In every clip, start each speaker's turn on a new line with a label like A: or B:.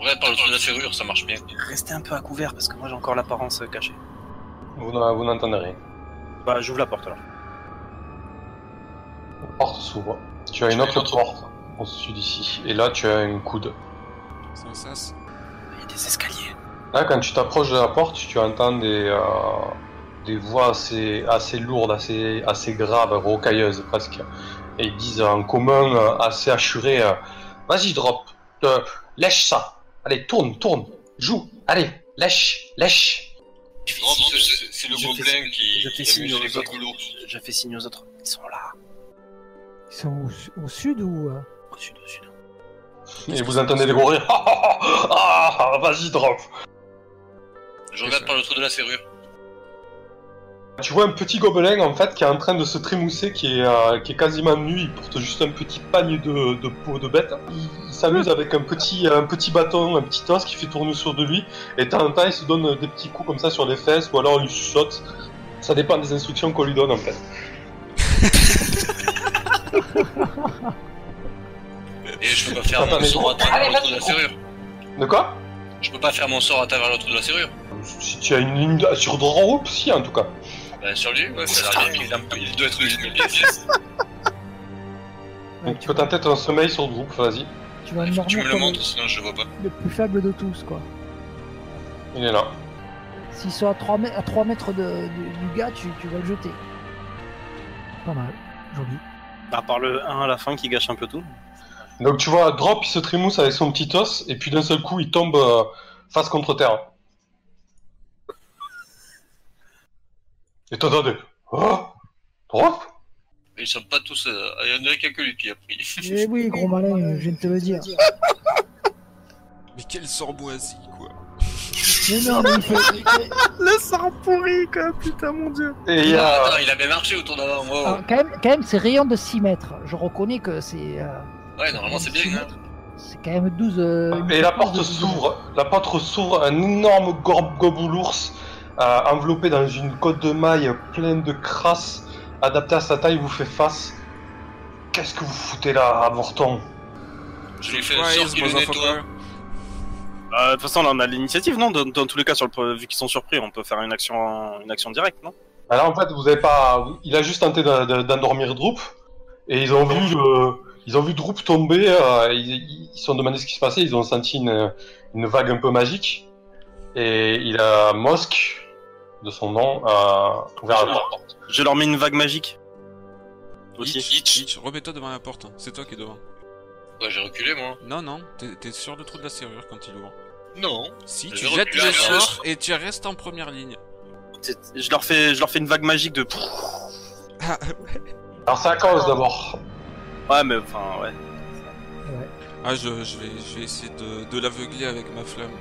A: le dessous de la serrure, ça marche bien.
B: Restez un peu à couvert parce que moi j'ai encore l'apparence euh, cachée.
C: Vous n'en- vous n'entendez rien.
B: Bah, j'ouvre la porte alors.
C: La porte s'ouvre. Tu as une autre porte au-dessus d'ici. Et là, tu as un coude.
D: C'est un sas.
B: Il y a des escaliers.
C: Là, quand tu t'approches de la porte, tu entends des, euh, des voix assez, assez lourdes, assez, assez graves, rocailleuses presque. Et ils disent en commun, euh, assez assuré euh, Vas-y, drop, euh, lèche ça. Allez, tourne, tourne, joue, allez, lèche, lèche.
B: Je fais
A: Non,
B: signe-
A: c'est- c'est c'est le
B: je
A: gobelin
B: fais-
A: qui.
B: je fais
A: qui
B: signe
A: amuse
B: aux
A: les
B: autres.
A: gogolos.
B: Je fais signe aux autres. Ils sont là,
E: Ils sont au su- au, sud ou. euh,
B: au sud, au sud.
C: Et vous entendez les gros rires Ah, ah, ah, ah, Vas-y, drop.
A: Je regarde par le trou de la serrure.
C: Bah, Tu vois un petit gobelin en fait qui est en train de se trémousser, qui est, euh, qui est quasiment nu, il porte juste un petit pagne de, de peau de bête. Il, il s'amuse avec un petit, un petit bâton, un petit os qui fait tourner sur de lui, et de temps en temps il se donne des petits coups comme ça sur les fesses, ou alors il lui saute. Ça dépend des instructions qu'on lui donne en fait.
A: Et je peux pas faire
C: Attends,
A: mon
C: mais-
A: sort à travers le trou de la serrure.
C: De quoi
A: Je peux pas faire mon sort à travers le trou de la serrure.
C: Si tu as une ligne de- sur Drop, si en tout cas.
A: Bah, sur lui, ouais, ça a l'air bien qu'il est un peu- il doit être une pièce.
E: ouais,
C: Donc tu
E: tu,
C: peux
E: vas,
C: tenter un sommeil sur le groupe, vas-y.
E: tu vas
A: Tu
E: dormir
A: me le
E: comme
A: montres, sinon je le vois pas.
E: le plus faible de tous, quoi.
C: Il est là.
E: S'ils sont à 3, mè- à 3 mètres de, de- du gars, tu, tu vas le jeter. Pas mal, joli.
B: À part le 1 à la fin qui gâche un peu tout.
C: Donc tu vois Drop, il se trémousse avec son petit os, et puis d'un seul coup il tombe euh, face contre terre. Et t'entendais Oh Drop
A: Ils sont pas tous. euh, Il y en a qu'un que lui qui Ah, a pris.
E: Eh oui, gros malin, je viens de te le dire.
D: Mais quelle sorboisie, quoi.
E: Mais non, mais il fait.
B: Le sang pourri, quoi, putain, mon dieu.
C: Et il y a-
A: Attends, il a bien marché autour d'avant. Ouais,
E: Alors, ah, quand même, quand même c'est rayon de 6 mètres. Je reconnais que c'est. euh,
A: ouais. ouais, normalement c'est bien. Hein.
E: C'est quand même 12. euh,
C: et la
E: 12
C: porte
E: de-
C: s'ouvre, la porte s'ouvre, un énorme gorbe goboulours euh, enveloppé dans une cotte de maille pleine de crasse, adaptée à sa taille, vous fait face. Qu'est-ce que vous foutez là, à Morton
A: Je lui fais un sort qui le nettoie.
B: Euh, De toute façon, là, on a l'initiative, non dans, dans tous les cas, sur le, pre- vu qu'ils sont surpris, on peut faire une action, une action directe, non
C: Alors en fait, vous avez pas. Il a juste tenté d'en- d'en- d'endormir Droop, et ils ont vu le- Ils ont vu Droop tomber. euh, ils ils se sont demandé ce qui se passait. Ils ont senti une, une vague un peu magique. Et il a Mosk, de son nom, euh, ouvert la porte.
B: Je leur mets une vague magique. Aussi.
D: Itch, Itch, Itch, remets-toi devant la porte. hein. C'est toi qui est devant.
A: Ouais, j'ai reculé moi.
D: Non, non, t'es- t'es sur le trou de la serrure quand il ouvre.
A: Non.
D: Si,
A: Je
D: tu
A: vais
D: jettes
A: reculer
D: le
A: avant.
D: sort et tu restes en première ligne.
B: C'est- Je leur fais, je leur fais une vague magique de.
D: Ah,
C: Alors c'est à cause d'abord.
B: Ouais, mais enfin, ouais.
D: ah, je, je vais, je vais essayer de, de l'aveugler avec ma flamme.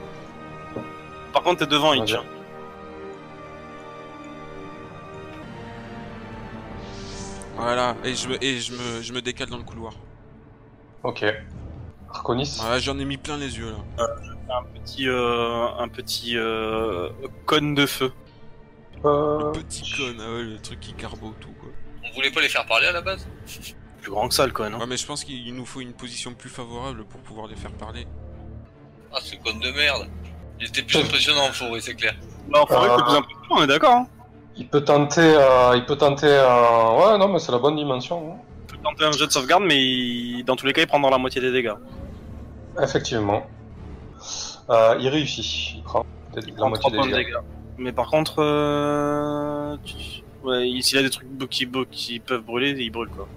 B: Par contre, t'es devant, Itch.
C: Vas-y.
B: hein.
D: Voilà, et je, me- et je me, je me décale dans le couloir.
C: Ok. Arconis.
D: Voilà, j'en ai mis plein les yeux là.
B: Un petit, euh, un petit euh, cône de feu.
C: Euh,
D: Le petit con, ah ouais, le truc qui carbo tout quoi.
A: On voulait pas les faire parler à la base
B: Plus grand que ça, le cône. hein.
D: Ouais, mais je pense qu'il nous faut une position plus favorable pour pouvoir les faire parler.
A: Ah, ce con de merde. Il était plus impressionnant en forêt, c'est clair.
B: Non, en forêt,
C: Euh,
B: c'est plus impressionnant, on est d'accord. Hein.
C: Il peut tenter. euh, il peut tenter. euh, Ouais, non, mais c'est la bonne dimension. hein.
B: Tu peux tenter un jet de sauvegarde, mais il- dans tous les cas, il prend dans la moitié des dégâts.
C: Effectivement. Euh, il réussit. Il prend peut-être
B: Il
C: la
B: prend 3
C: moitié des
B: points de
C: dégâts.
B: dégâts. Mais par contre, euh... tu- ouais, il- s'il a des trucs beaux qui, beaux qui peuvent brûler, il brûle quoi.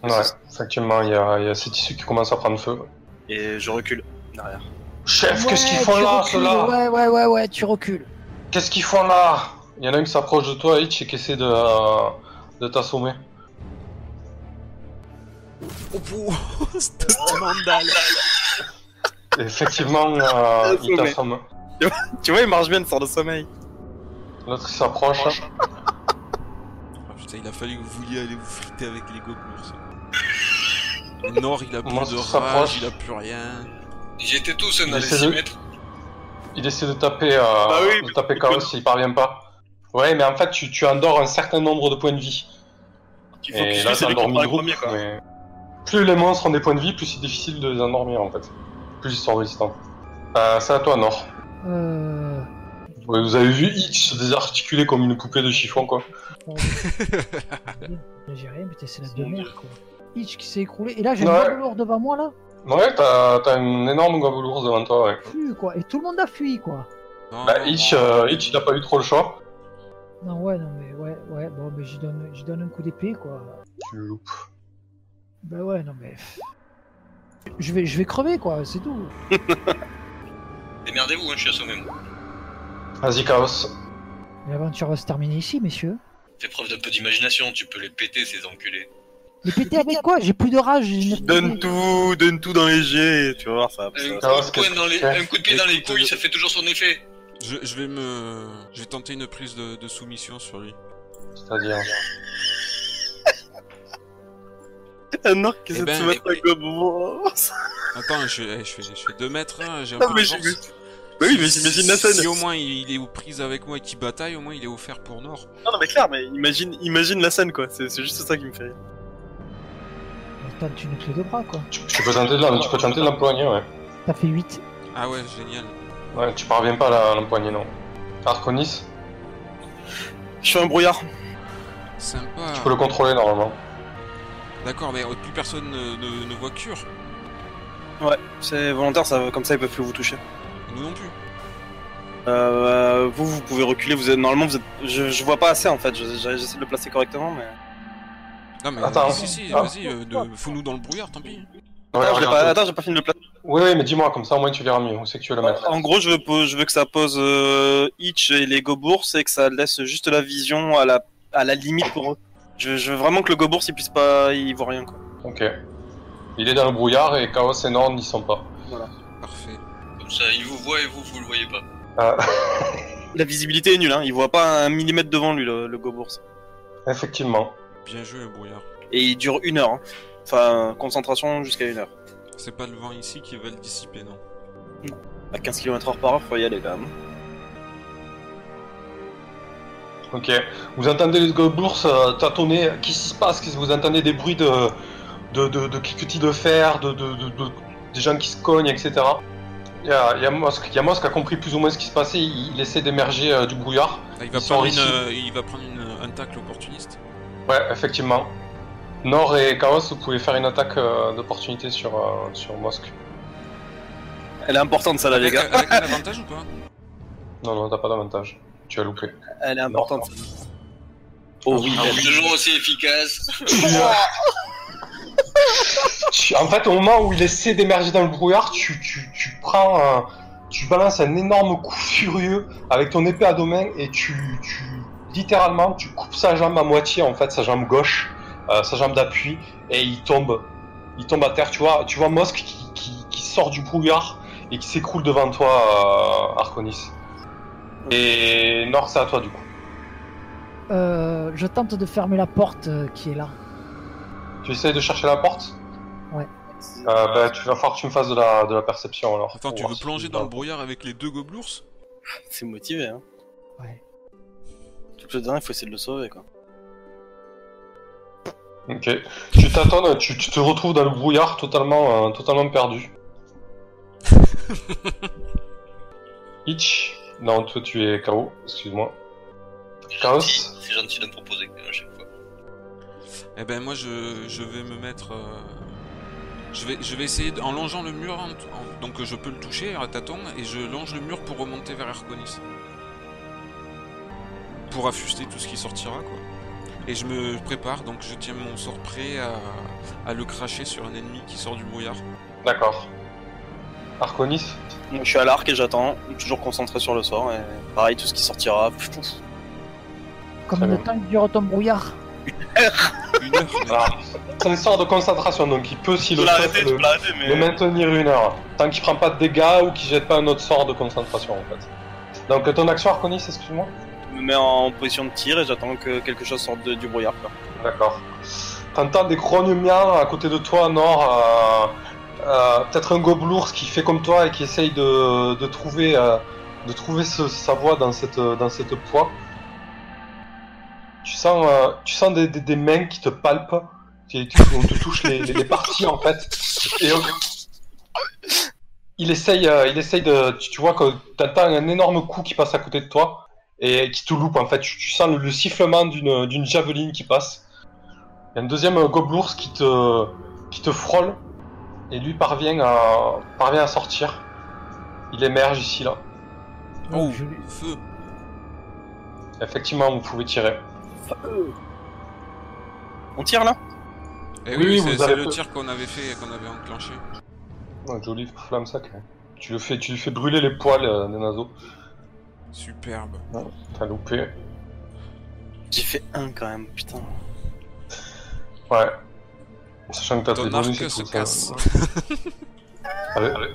B: Parce que
C: Ouais,
B: c'est-
C: effectivement, il y, a il y a ces tissus qui commencent à prendre feu.
B: Et je recule derrière.
C: Chef,
E: Ouais,
C: qu'est-ce qu'ils font
E: tu
C: là,
E: recules,
C: ceux-là
E: Ouais, ouais, ouais, ouais, tu recules.
C: Qu'est-ce qu'ils font là Il y en a un qui s'approche de toi, Hitch, et qui essaie de, euh, de t'assommer.
D: Oh, pour cette mandale
C: Et Effectivement, euh, il
B: Assommé.
C: t'assomme.
B: Tu vois, il marche bien de sort de sommeil.
C: L'autre, il s'approche.
D: Ah putain, il a fallu que vous vouliez aller vous friter avec les gobelours. Le Nord, il a plus
C: Monstre
D: de
C: s'approche.
D: rage, il a plus rien.
A: Ils étaient tous hein, dans
C: Mais
A: les
C: c'est
A: 6
C: le-
A: mètres.
C: Il essaie de taper, euh,
B: Bah oui,
C: de
B: mais-
C: taper Chaos, il parvient pas. Ouais, mais en fait, tu, tu endors un certain nombre de points de vie.
B: Il
C: Et
B: je
C: là,
B: lui, c'est lui qui
C: t'endormis
B: prend
C: le
B: le
C: groupe,
B: premier, quoi.
C: mais- Plus les monstres ont des points de vie, plus c'est difficile de les endormir, en fait. Plus ils sont résistants. Euh, c'est à toi, Nord.
E: Euh...
C: Ouais, vous avez vu X se désarticuler comme une poupée de chiffon, quoi.
E: bon, J'ai rien, putain, c'est la demeure, quoi. Hitch qui s'est écroulé. Et là, j'ai
C: Ouais.
E: le lourd devant moi, là.
C: Ouais, t'as, t'as une énorme gobelours devant toi, ouais.
E: Fui, quoi. Et tout le monde a fui, quoi.
D: Non,
C: Bah,
D: non,
C: Hitch,
D: non.
C: euh, Hitch, il a pas eu trop le choix.
E: Non, ouais, non, mais ouais, ouais. Bon, mais j'y donne, j'y donne un coup d'épée, quoi.
C: Tu le loupes.
E: Bah ouais, non, mais. Je vais, je vais crever, quoi, c'est tout.
A: Démerdez-vous, hein, je suis assommé. moi.
C: Vas-y, Chaos.
E: L'aventure va se terminer ici, messieurs.
A: Fais preuve d'un peu d'imagination, tu peux les péter, ces enculés.
E: Mais péter avec quoi J'ai plus de rage. j'ai une-
B: Donne tout, donne tout dans les jets, tu vas voir ça.
A: Un,
B: ça-
A: coup, de
C: Chaos, qu'est-ce
A: poing dans
C: que
A: les-
C: tu fais
A: un coup de pied dans les couilles, ça fait toujours son effet.
D: Je, je vais me. Je vais tenter une prise de, de soumission sur lui.
C: C'est-à-dire.
B: Un orc qui
D: Eh
B: essaie de
D: ben,
B: se mettre
D: eh
B: un
D: ben.
B: gobelours.
D: Attends, je suis, eh, je fais, je fais 2 mètres, hein, j'ai un
B: Non,
D: peu
B: mais
D: de force.
B: j'imagine- Bah oui, mais j'imagine la
D: Si
B: scène.
D: au moins il est aux prises avec moi et qu'il bataille, au moins il est offert pour Nord.
B: Non, non, mais clair, mais imagine, imagine la scène, quoi. C'est c'est juste ça qui me fait rire.
E: On tente une clé de bras, quoi.
C: Tu, tu peux tenter de la- tu peux tenter de l'empoigner, ouais.
E: Ça fait 8.
D: Ah ouais, génial.
C: Ouais, tu parviens pas à la- à l'empoigner, non. Arconis,
B: Je suis un brouillard.
D: Sympa.
B: Ah.
C: tu peux le contrôler normalement.
D: D'accord, mais euh, plus personne ne, ne- ne voit cure.
B: Ouais, c'est volontaire, ça, comme ça ils peuvent plus vous toucher.
D: Nous non plus.
B: Euh, vous, vous pouvez reculer, vous êtes normalement, vous êtes. Je, je vois pas assez en fait, Je- je- j'essaie de le placer correctement, mais.
D: Non mais
C: Attends.
D: euh, si si,
C: Ah.
D: vas-y, euh, de- fous-nous dans le brouillard, tant pis.
B: Attends,
C: Ouais,
B: Ah, je l'ai
C: regarde.
B: pas, attends, j'ai pas fini de le placer.
C: Oui, oui, mais dis-moi, comme ça au moins tu verras mieux. Où c'est que tu veux le mettre
B: En gros, je veux, po- je veux que ça pose euh, Hitch et les Gobours et que ça laisse juste la vision à la, à la limite pour eux. Je, je veux vraiment que le Gobours il puisse pas. il voit rien quoi.
C: Ok. Il est dans le brouillard et Chaos et Nord n'y sont pas.
D: Parfait.
A: Comme ça, il vous voit et vous, vous le voyez pas.
C: Euh,
B: La visibilité est nulle, hein. il voit pas un millimètre devant lui le, le Gobours.
C: effectivement.
D: Bien joué le brouillard.
B: Et il dure une heure. hein. Enfin, concentration jusqu'à une heure.
D: C'est pas le vent ici qui va le dissiper, non.
B: À 15 km/h par heure, faut y aller quand même.
C: Ok. Vous entendez les gobours euh, tâtonner. Qu'est-ce qui se passe Qu'est-ce- Vous entendez des bruits de, de, de, de cliquetis de fer, de, de, de- de- des gens qui se cognent, etc. Il y a, il y a Mosque il y a Mosque qui a compris plus ou moins ce qui se passait. Il, il essaie d'émerger euh, du brouillard.
D: Ah, il va
C: Ils sont
D: prendre une,
C: ici.
D: euh, il va prendre une, un tacle opportuniste.
C: Ouais, effectivement. Nord et Chaos, vous pouvez faire une attaque euh, d'opportunité sur, euh, sur Mosque.
B: Elle est importante
C: Ah,
B: ça là, les
D: Avec, euh,
B: gars.
D: avec un avantage ou pas
C: Non, non, t'as pas d'avantage. Tu as loupé.
B: Elle est importante. celle-là. Oh oui,
A: Ah, toujours aussi efficace.
C: Tu- En fait, au moment où il essaie d'émerger dans le brouillard, tu, tu, tu prends un- tu balances un énorme coup furieux avec ton épée à deux mains et tu, tu littéralement tu coupes sa jambe à moitié en fait, sa jambe gauche, euh, sa jambe d'appui et il tombe, il tombe à terre. Tu vois, tu vois Mosque qui, qui- qui sort du brouillard et qui s'écroule devant toi, euh, Arconis. Et Nord, c'est à toi du coup.
E: Euh, je tente de fermer la porte euh, qui est là.
C: Tu essayes de chercher la porte.
B: elle-
C: Euh, bah, tu vas falloir que tu me fasses de la, de la perception alors.
D: Attends,
C: pour
D: tu
C: voir
D: veux
C: si
D: plonger dans le brouillard avec les deux gobelours
B: C'est motivé, hein.
E: Ouais.
B: Tout le temps, il faut essayer de le sauver, quoi.
C: Ok. Tu t'attends, tu, tu te retrouves dans le brouillard totalement, euh, totalement perdu. Hitch Non, toi tu es KO, excuse-moi. Chaos
A: C'est gentil de me proposer à chaque fois.
D: Eh ben moi je, je vais me mettre. euh, Je vais, je vais essayer de- en longeant le mur, en- en- donc euh, je peux le toucher à tâton, et je longe le mur pour remonter vers Arconis. Pour affuster tout ce qui sortira, quoi. Et je me prépare, donc je tiens mon sort prêt à, à le cracher sur un ennemi qui sort du brouillard.
C: D'accord. Arconis
B: Moi, je suis à l'arc et j'attends, toujours concentré sur le sort, et pareil, tout ce qui sortira. pff, pff.
E: Comme
C: Très
E: le
C: bien.
E: temps du retombe brouillard.
D: Une heure, mais-
C: Alors, Ah. C'est un sort de concentration, donc il peut,
B: Je
C: s'il
B: peux
C: le
B: l'arrêter,
C: souhaite,
B: je
C: le,
B: peux l'arrêter,
C: le
B: mais.
C: maintenir une heure. Tant qu'il prend pas de dégâts ou qu'il jette pas un autre sort de concentration, en fait. Donc ton action, Arconis, excuse-moi
B: Je me mets en position de tir et j'attends que quelque chose sorte de- du brouillard, quoi.
C: D'accord. T'entends des grognements à côté de toi, Nord. euh, euh, Peut-être un gobelours qui fait comme toi et qui essaye de, de trouver, euh, de trouver ce- sa voie dans cette, dans cette poids. Tu sens, euh, tu sens des, des- des mains qui te palpent, qui, qui- on te touche les, les- les parties en fait. Et on- il essaye, euh, il essaye de. Tu, tu vois que t'entends un énorme coup qui passe à côté de toi et qui te loupe en fait. Tu, tu sens le, le sifflement d'une d'une javeline qui passe. Il y a un deuxième euh, gobelours qui te, qui te frôle et lui parvient à, parvient à sortir. Il émerge ici là.
D: Oh,
E: Je l'ai-
D: feu.
C: Effectivement, vous pouvez tirer.
B: On tire là
D: Eh
C: Oui,
D: oui,
C: oui,
D: c'est
C: vous
D: c'est
C: avez
D: le
C: fait.
D: tir qu'on avait fait et qu'on avait enclenché.
C: Ouais, joli flamme sac. hein. Tu, le fais, tu lui fais brûler les poils, euh, Nenazo.
D: Superbe.
C: Ah, T'as loupé.
B: J'ai fait un quand même, putain.
C: Ouais. Sachant que t'as
D: Ton
C: tes
D: arc
C: bonus et
D: se
C: tout, ça.
D: casse.
C: Allez, allez.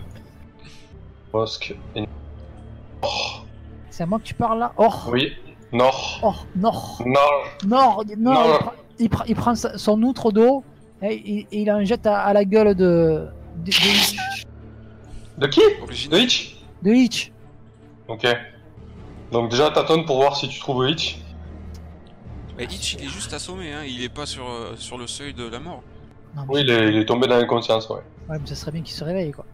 C: Bosque et... Nord.
E: C'est à moi que tu parles là Or
C: Oui. Nord.
E: Or Nord
C: Nord.
E: Nord il- Oh, non,
C: Non.
E: Il, prend, il prend- il prend sa- son outre au dos et il, il en jette à, à la gueule de. de, de,
C: De qui De
D: Original.
C: Hitch
E: de Hitch.
C: Ok. Donc déjà, t'attends pour voir si tu trouves Hitch.
D: Mais Hitch, il est juste assommé, hein. il est pas sur, euh, sur le seuil de la mort.
E: Non, mais-
C: Oui, il est, il est tombé dans l'inconscience, ouais.
E: Ouais, mais ça serait bien qu'il se réveille quoi.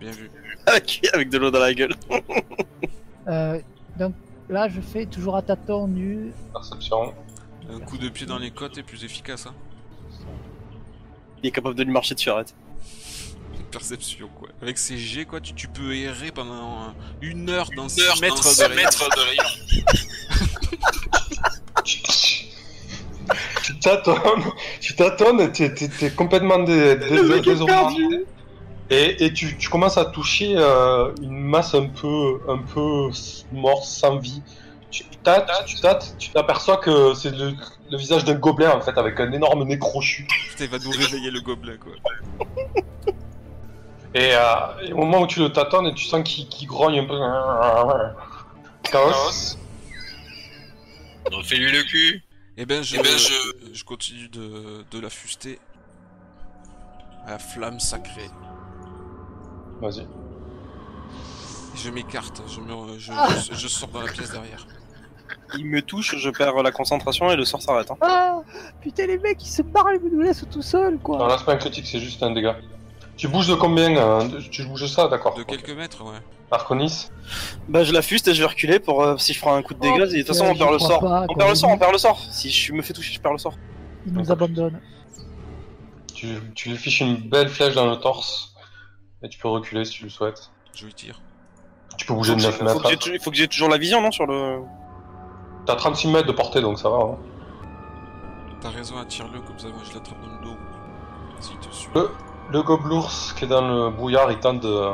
D: Bien vu.
B: Ok, avec de l'eau dans la gueule.
E: Euh, donc là, je fais toujours à tâtons du.
C: Perception.
D: Un coup de pied dans les côtes est plus efficace, hein.
B: Il est capable de lui marcher dessus, arrête.
D: Perception, quoi. Avec ces G, quoi, tu, tu peux errer pendant euh, une heure dans
A: Une heure dans
D: 6 mètres
A: six
D: de rayon.
A: mètres de rayon.
C: tu tu tâtonnes, tu tâtonnes, t'es, t'es- t'es complètement dé, dé- désorienté. Et, et tu, tu commences à toucher euh, une masse un peu, un peu s- morte, sans vie. Tu tâtes, tu tâtes, tu t'aperçois que c'est le, le visage d'un gobelin en fait, avec un énorme nez crochu.
D: Putain, il va nous réveiller le gobelin, quoi.
C: Et, euh, et au moment où tu le tâtonnes, et tu sens qu'il, qu'il grogne un peu. Chaos.
A: Refais-lui le cul.
D: Eh ben, je,
A: Eh ben, je-
D: je continue de, de l'affuster. À la flamme sacrée.
C: Vas-y.
D: Je m'écarte, je, me, re- je, je, je sors dans la pièce derrière.
B: Il me touche, je perds la concentration et le sort s'arrête. hein.
E: Ah Putain, les mecs, ils se barrent, ils nous laissent tout seuls
C: Non,
E: quoi.
C: là c'est pas un critique, c'est juste un dégât. Tu bouges de combien euh, de- Tu bouges ça, d'accord.
D: De quelques mètres, ouais.
C: Arconis
B: Bah je l'affuste et je vais reculer pour euh, si je prends un coup de dégâts.
E: Oh,
B: et de toute façon
E: putain,
B: on perd
E: j'y
B: le
E: crois
B: sort.
E: pas,
B: on
E: quoi.
B: perd le sort, on perd le sort. Si je me fais toucher, je perds le sort.
E: Ils nous abandonnent.
C: Tu, tu lui fiches une belle flèche dans le torse. Et tu peux reculer si tu le souhaites.
D: Je lui tire.
C: Tu peux bouger
B: Faut
C: de
B: que j'ai-
C: 9
B: faut que j'ai
C: mètres.
B: tu- faut que j'ai toujours la vision non sur le.
C: T'as 36 mètres de portée donc ça va. hein.
D: T'as raison, attire-le, comme ça, moi je l'attrape dans le dos. S'il te suit.
C: Le, le gobelours qui est dans le brouillard, il tente de,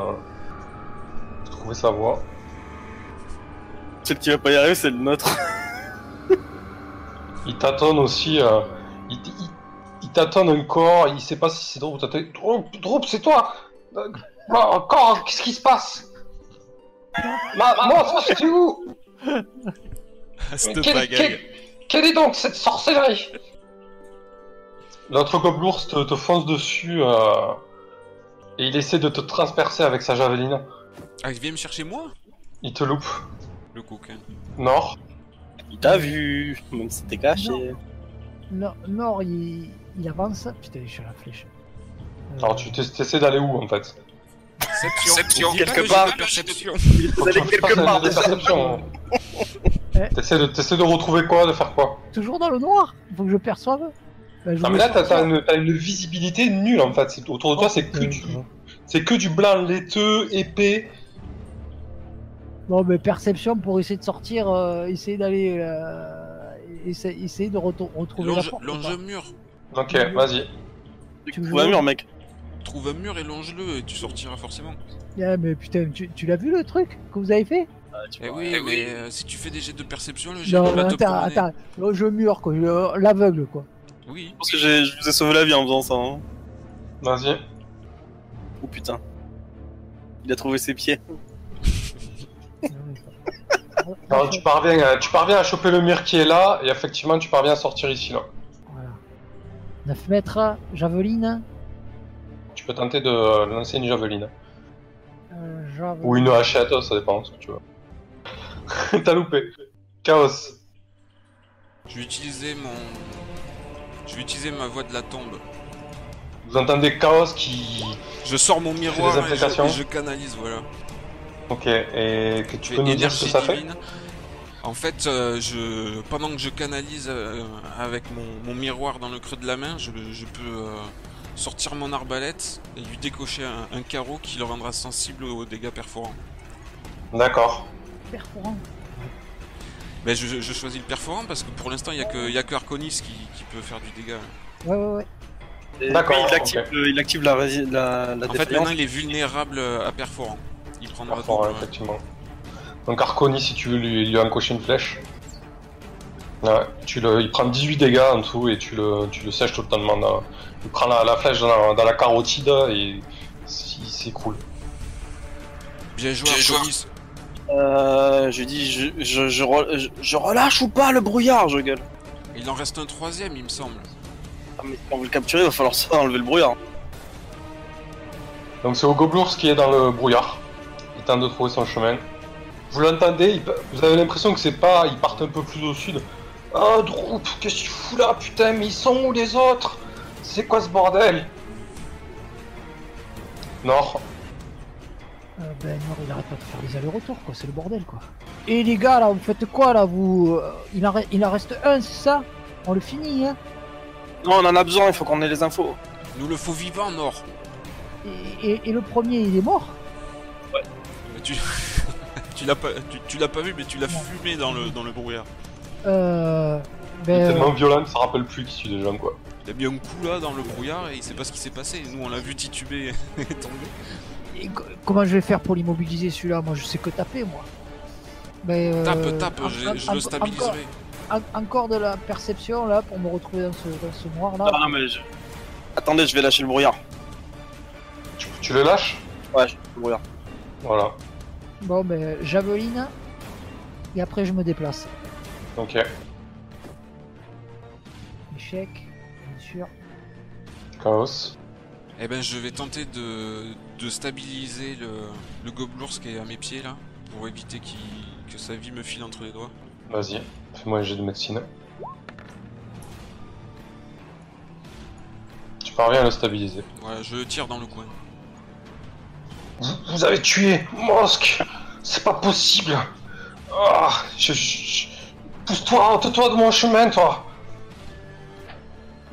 C: de trouver sa voie.
B: Celle qui va pas y arriver, c'est le nôtre.
C: Il tâtonne aussi. euh, il t- il- il tâtonne un corps, il sait pas si c'est Droop ou tâtonne. Droop, Droop, c'est toi Euh, bah, Encore, qu'est-ce qui se passe Ma, monstre, c'est où
D: Cette
C: Quelle-
D: bagaille.
C: quelle- quelle est donc cette sorcellerie L'autre gobelours te, te fonce dessus euh, et il essaie de te transpercer avec sa javeline.
D: Ah, il vient me chercher moi
C: Il te loupe.
D: Le coquin.
C: Nord.
B: Il t'a vu, même si t'es caché.
E: Non, Nord, il, il avance. Putain, je suis à la flèche. Euh,
C: Alors tu t'es- t'essaies d'aller où en fait
D: Perception.
A: Perception.
D: Oublie pas
B: Quelque
D: le
B: part.
D: jet de Perception.
B: Vous allez quelque
C: fasses un
B: part
C: jet de
B: déjà.
C: perception.
E: Eh.
C: hein. T'essaies de, t'essaies de retrouver quoi, de faire quoi
E: Euh, Toujours dans le noir Faut que je perçoive Bah, je
C: Non
E: vous
C: mais là t'as,
E: perçois.
C: t'as une, t'as une visibilité nulle en fait. C'est- autour de toi c'est que
E: Euh,
C: du, c'est que du blanc laiteux, épais.
E: Bon, mais perception pour essayer de sortir, euh, essayer d'aller. euh, essa- essayer de reto- retrouver la
D: Longe,
E: porte.
D: longe
E: quoi.
D: un mur.
C: Ok, vas-y.
E: Tu
B: Ou
E: veux-
B: un mur mec.
D: Trouve un mur et longe-le et tu sortiras forcément.
E: Ah, mais putain, tu, tu l'as vu le truc que vous avez fait
D: Eh oui,
A: Eh
D: mais
A: oui.
D: euh, si tu fais des jets de perception, le jet
E: Non,
D: va te
E: attends,
D: promener.
E: attends. Longe le mur, quoi. le- L'aveugle, quoi.
D: Oui.
B: Je pense que j'ai- je vous ai sauvé la vie en faisant ça. hein.
C: Vas-y.
B: Oh putain. Il a trouvé ses pieds.
C: Alors, tu parviens, à, tu parviens à choper le mur qui est là et effectivement tu parviens à sortir ici là.
E: Voilà. 9 mètres, javeline.
C: Tu peux tenter de euh, lancer une javeline.
E: euh, javeline.
C: Ou une hachette, ça dépend ce que tu veux. T'as loupé. Chaos.
D: Je vais utiliser mon. Je vais utiliser ma voix de la tombe.
C: Vous entendez Chaos qui.
D: Je sors mon miroir et je,
C: applications.
D: et je canalise, voilà.
C: Ok, et que tu
D: Je
C: peux
D: fais
C: nous dire ce que ça fait
D: divine. En fait, euh, je, pendant que je canalise euh, avec mon, mon miroir dans le creux de la main, je, je peux euh, sortir mon arbalète et lui décocher un, un carreau qui le rendra sensible aux dégâts perforants.
C: D'accord.
E: Perforant.
D: Mais Ben, je, je- je choisis le perforant parce que pour l'instant, il n'y a, que- il y a que Arconis qui, qui peut faire du dégât.
E: Ouais, ouais, ouais.
B: Et
C: D'accord,
B: oui, il active,
C: ok.
B: le- il active la, rési- la, la
D: En fait,
B: défaillance.
D: maintenant, il est vulnérable à perforant. Il prendra
C: Parfois, ouais,
D: donc, euh,
C: effectivement. Donc Arconi, si tu veux lui, lui encocher une flèche. Ouais, tu le, il prend 18 dégâts en tout et tu le, tu le sèches totalement. Dans, il prend la, la flèche dans la, dans la carotide et s- il s'écroule.
D: Bien joué,
A: Bien joué.
D: Arconis.
B: Euh, je lui dis, je, je, je, re- je- je relâche ou pas le brouillard, je gueule.
D: Il en reste un troisième, il me semble.
B: Ah, mais quand vous le capturez, il va falloir ça, enlever le brouillard.
C: Donc c'est au gobelours qui est dans le brouillard. Il tente de trouver son chemin. Vous l'entendez, il pe- vous avez l'impression que c'est pas. Ils partent un peu plus au sud. Ah, Droop, qu'est-ce que tu fous là, putain, mais ils sont où les autres C'est quoi ce bordel Nord,
E: Euh, ben non, il arrête pas de faire les allers-retours, quoi. C'est le bordel, quoi. Et les gars, là, vous faites quoi, là Vous, euh, il en, re- il en reste un, c'est ça On le finit, hein
B: Non, on en a besoin, il faut qu'on ait les infos.
D: Nous le faut vivant, mort.
E: et, et- et le premier, il est mort.
D: Mais tu tu l'as pas, tu, tu l'as pas vu, mais tu l'as fumé dans le, dans le brouillard.
E: Euh,
C: il est
E: ben,
C: tellement violent que ça rappelle plus qui suit des gens quoi.
D: Il a mis un coup là dans le brouillard et il sait pas ce qui s'est passé. Nous, on l'a vu tituber et tomber.
E: euh, Et co- comment je vais faire pour l'immobiliser celui-là Moi je sais que taper moi. Mais, euh,
D: Tape, tape,
E: en-
D: je,
E: en-
D: je le
E: en- encore,
D: stabiliserai.
E: en- encore de la perception là pour me retrouver dans ce, dans ce noir
B: Ah,
E: là.
B: non, mais je- Attendez, je vais lâcher le brouillard.
C: Tu, tu le lâches
B: Ouais, je lâche le brouillard.
C: Voilà,
E: Bon ben javeline et après je me déplace.
C: ok.
E: Échec, bien sûr.
C: Chaos.
D: Eh ben, je vais tenter de, de stabiliser le, le gobelours qui est à mes pieds là pour éviter qu'il que sa vie me file entre les doigts.
C: Vas-y, fais-moi un jet de médecine. Tu parviens à le stabiliser.
D: Voilà, je le tire dans le coin.
C: Vous, vous avez tué Mosque C'est pas possible Ah, je, je- je- Pousse-toi, ôte-toi de mon chemin, toi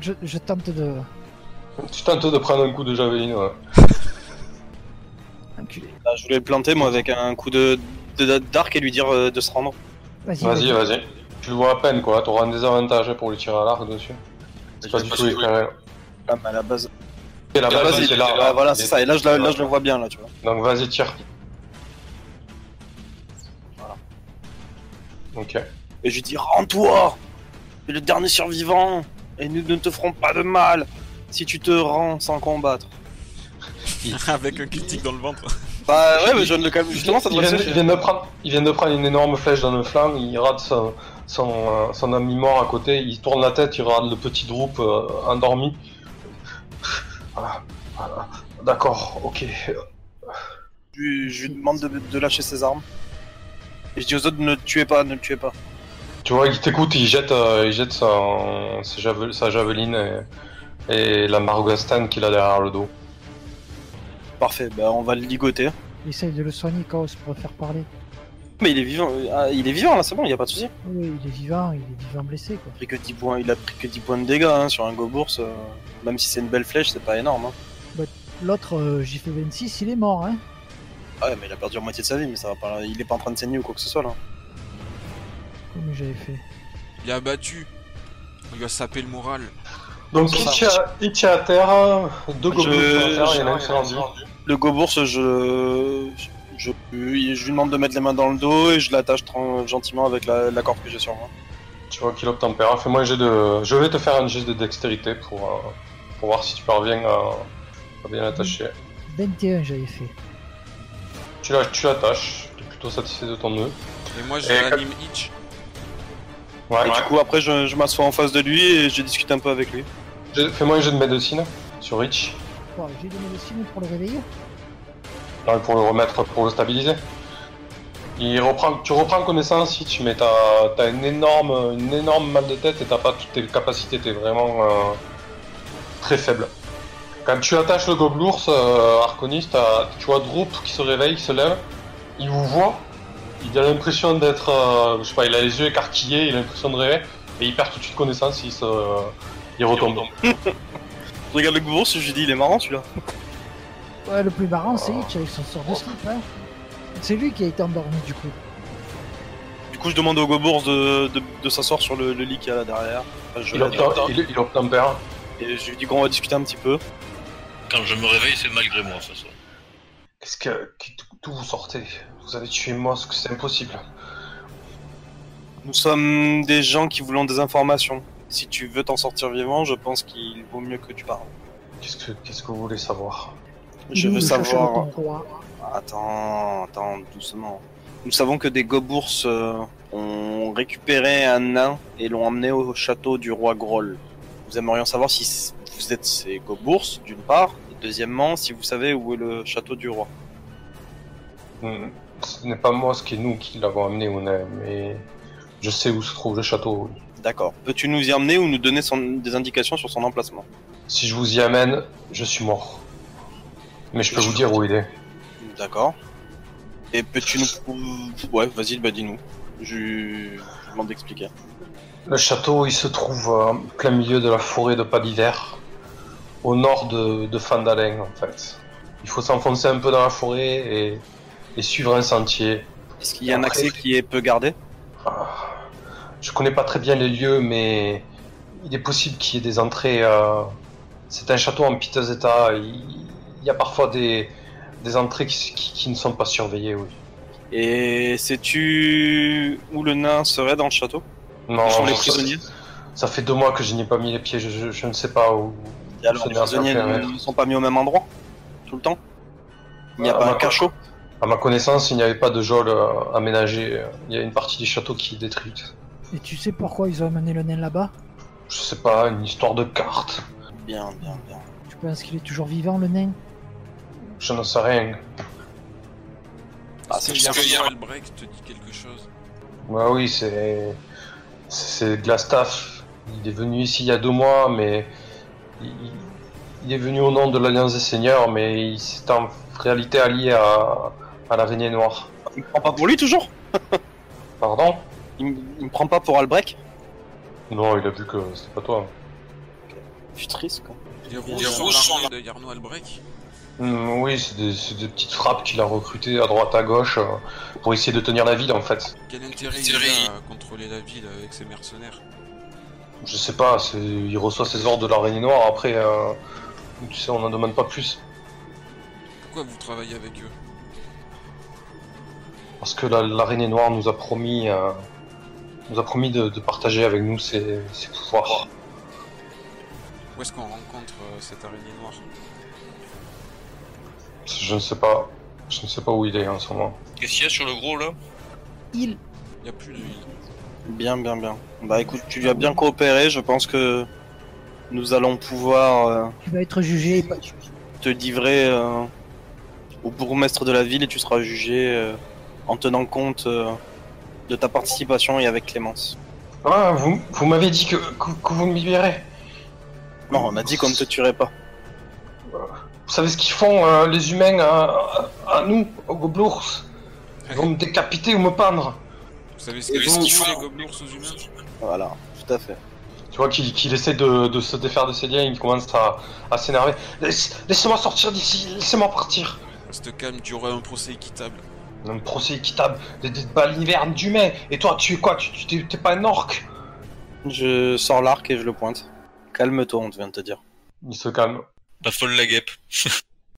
E: Je, je tente de.
C: Tu tentes de prendre un coup de javeline, ouais.
E: Enculé.
B: Là, je voulais le planter, moi, avec un coup de, de- d'arc et lui dire euh, de se rendre.
E: Vas-y.
C: Vas-y, vas-y. Tu le vois à peine, quoi. T'auras un désavantage hein, pour le tirer à l'arc dessus. C'est pas du tout éclairé.
B: Ah, mais à la base.
C: Et la
B: à la
C: base,
B: base,
C: il
B: il-
C: est là.
B: ouais, voilà,
C: Il
B: c'est
C: est-
B: ça. Et là je, la- là, je le vois bien, là, tu vois.
C: Donc vas-y, tire. Ok.
B: Et je lui dis, rends-toi Tu es le dernier survivant Et nous ne te ferons pas de mal si tu te rends sans combattre.
D: Avec un critique dans le ventre.
B: Bah ouais, mais je ne le calme. Justement, ça
C: il,
B: devrait
C: vient,
B: se
C: il
B: faire.
C: vient de prendre, il vient de prendre une énorme flèche dans le flanc, il rate son, son, euh, son ami mort à côté, il tourne la tête, il rate le petit groupe euh, endormi. Voilà, voilà. D'accord, ok.
B: Je, lui- je lui demande de, de lâcher ses armes. Et je dis aux autres, ne le tuez pas, ne le tuez pas.
C: Tu vois, il t'écoute, il jette, euh, il jette son- sa, jave- sa javeline et, et la margastan qu'il a derrière le dos.
B: Parfait, bah on va le ligoter.
E: Essaye de le soigner, Chaos, pour le faire parler.
B: Mais il est vivant, euh, ah, il est vivant là, c'est bon, il y a pas de souci.
E: Oui, il est vivant, il est vivant blessé quoi.
B: Il a pris que 10 points, il a pris que 10 points de dégâts hein, sur un gobours. euh, même si c'est une belle flèche, c'est pas énorme. Hein.
E: L'autre, euh, j'ai fait 26, il est mort hein.
B: Ah ouais, mais il a perdu la moitié de sa vie, mais ça va pas. Il est pas en train de saigner ou quoi que ce soit là.
E: Comme j'avais fait.
D: Il a abattu. Il lui a sapé le moral.
C: Donc
B: C'est
C: il
B: ça.
C: tient, il tient à terre, deux
B: Je-
C: gobelins sont à terre, il y en a un
B: je-
C: qui s'est rendu.
B: Le gobours, je... je. Je lui demande de mettre les mains dans le dos et je l'attache tran- gentiment avec la, la corde que j'ai sur moi.
C: Tu vois qu'il obtempère. Fais-moi un jet de. Je vais te faire un jet de dextérité pour, euh, pour voir si tu parviens à, à bien l'attacher.
E: 21 j'avais fait.
C: Tu la- tu l'attaches. Tu es plutôt satisfait de ton nœud.
D: Et moi, je
C: Et
B: Eh,
D: réanime Hitch.
C: Ouais.
B: Et du coup, après, je, je m'assois en face de lui et je discute un peu avec lui.
C: J'ai- Fais-moi un jet de médecine sur Rich.
E: Bon, j'ai donné le signe pour le réveiller.
C: Non, pour le remettre, pour le stabiliser. Il reprend, tu reprends connaissance si tu mets t'as t'as une énorme, une énorme mal de tête et t'as pas toutes tes capacités, t'es vraiment euh, très faible. Quand tu attaches le gobelours, euh, Arconis, t'as- tu vois Droop qui se réveille, qui se lève, il vous voit, il a l'impression d'être, euh, je sais pas, il a les yeux écarquillés, il a l'impression de rêver, et il perd tout de suite connaissance, il, se, euh, il retombe.
B: Je regarde le gobours, je lui dis, il est marrant celui-là.
E: Ouais, le plus marrant, c'est Hitch avec son sort de slip. Hein. C'est lui qui a été endormi du coup.
B: Du coup, je demande au gobours de, de, de s'asseoir sur le, le lit qu'il y a là derrière. Enfin, je,
C: Il obtem- il- il obtempère.
B: et je lui dis qu'on va discuter un petit peu.
A: Quand je me réveille, c'est malgré moi, de toute façon.
C: Qu'est-ce que. qui- D'où vous sortez Vous avez tué Mosk, c'est impossible.
B: Nous sommes des gens qui voulons des informations. Si tu veux t'en sortir vivant, je pense qu'il vaut mieux que tu parles.
C: Qu'est-ce que, qu'est-ce que vous voulez savoir
B: Je
E: Nous,
B: veux
E: nous cherchons
B: savoir.
E: ton roi.
B: Attends, attends, doucement. Nous savons que des gobours euh, ont récupéré un nain et l'ont emmené au château du roi Groll. Nous aimerions savoir si c- vous êtes ces gobours, d'une part, et deuxièmement, si vous savez où est le château du roi.
C: Hmm, Ce n'est pas Mosk et nous qui l'avons amené au nain, mais. Je sais où se trouve le château. oui.
B: D'accord. Peux-tu nous y emmener ou nous donner son- des indications sur son emplacement
C: Si je vous y amène, je suis mort. Mais je peux vous dire où il est.
B: D'accord. Et peux-tu nous... Ouais, vas-y, bah dis-nous. Je, je demande d'expliquer.
C: Le château, il se trouve euh, en plein milieu de la forêt de pas d'hiver, au nord de, de Fandalen, en fait. Il faut s'enfoncer un peu dans la forêt et, et suivre un sentier.
B: Est-ce qu'il y a un accès qui est peu gardé
C: Ah, Je connais pas très bien les lieux, mais il est possible qu'il y ait des entrées. euh, C'est un château en piteux état. Il il y a parfois des, des entrées qui, qui- qui ne sont pas surveillées, oui.
B: Et sais-tu où le nain serait dans le château
C: Non,
B: Ils sont les
C: ça-
B: prisonniers
C: Ça fait deux mois que je n'y ai pas mis les pieds. Je, je- je ne sais pas où.
B: Et alors,
C: Ça
B: les
C: n'a rien
B: prisonniers
C: à faire,
B: ne ne sont pas mis au même endroit Tout le temps Il n'y a
C: Ah,
B: Euh, pas un
C: bah,
B: cachot
C: À ma connaissance, il n'y avait pas de geôle euh, aménagée. Il y a une partie du château qui est détruite.
E: Et tu sais pourquoi ils ont amené le nain là-bas
C: Je sais pas, une histoire de carte.
B: Bien, bien, bien.
E: Tu penses qu'il est toujours vivant le nain
C: Je n'en sais rien.
B: Ah,
D: Si
B: c'est juste que-
D: Yarmar Elbrecht te dit quelque chose.
C: Ouais, oui, c'est. C'est de la staff. Il est venu ici il y a deux mois, mais. Il, il est venu au nom de l'Alliance des Seigneurs, mais il s'est en réalité allié à, à l'araignée noire.
B: Il me prend pas pour lui toujours
C: Pardon
B: il, me- il me prend pas pour Albrecht
C: Non, il a vu que c'était pas toi.
B: Je suis triste quoi.
D: Les
B: Les
D: rouges
B: rouges
D: sont l'armée de Yarno Albrecht.
C: Hmm, oui, c'est des, c'est des petites frappes qu'il a recrutées à droite à gauche euh, pour essayer de tenir la ville en fait.
D: Quel intérêt il
A: Thierry.
D: a à contrôler la ville avec ses mercenaires
C: Je sais pas, c'est- il reçoit ses ordres de l'araignée noire après. euh, tu sais, on n'en demande pas plus.
D: Pourquoi vous travaillez avec eux
C: Parce que la- l'araignée noire nous a promis, euh, nous a promis de, de partager avec nous ses, ses pouvoirs.
D: Où est-ce qu'on rencontre euh, cette araignée noire
C: Je ne sais pas, je ne sais pas où il est en ce moment.
A: Qu'est-ce qu'il y a sur le gros là
E: Il.
D: Il y a plus de ville.
B: Bien, bien, bien. Bah écoute, tu lui as bien coopéré, je pense que nous allons pouvoir euh,
E: Tu vas être jugé. et pas-
B: te livrer euh, au bourgmestre de la ville et tu seras jugé euh, en tenant compte euh, de ta participation et avec Clémence.
C: Ah, vous, vous m'avez dit que, que, que vous me libérez.
B: Non, on a dit qu'on ne te tuerait pas.
C: Vous savez ce qu'ils font euh, les humains à, à- à nous, aux gobelours Ils vont me décapiter ou me pendre.
D: Vous savez ce
B: Et
D: qu'ils
B: vous,
D: font,
B: vous-
D: les gobelours aux humains
B: Voilà, tout à fait.
C: Tu vois qu'il qu'il essaie de, de se défaire de ses liens, il commence à, à s'énerver. Laisse- Laissez-moi sortir d'ici, laissez-moi partir.
D: Reste calme, tu auras un procès équitable.
C: Un procès équitable, des, des balles d'hiver d'humains. Et toi, tu es quoi Tu tu- t'es t'es pas un orc
B: Je sors l'arc et je le pointe. Calme-toi, on vient de te dire.
C: Il se calme.
A: La folle la guêpe.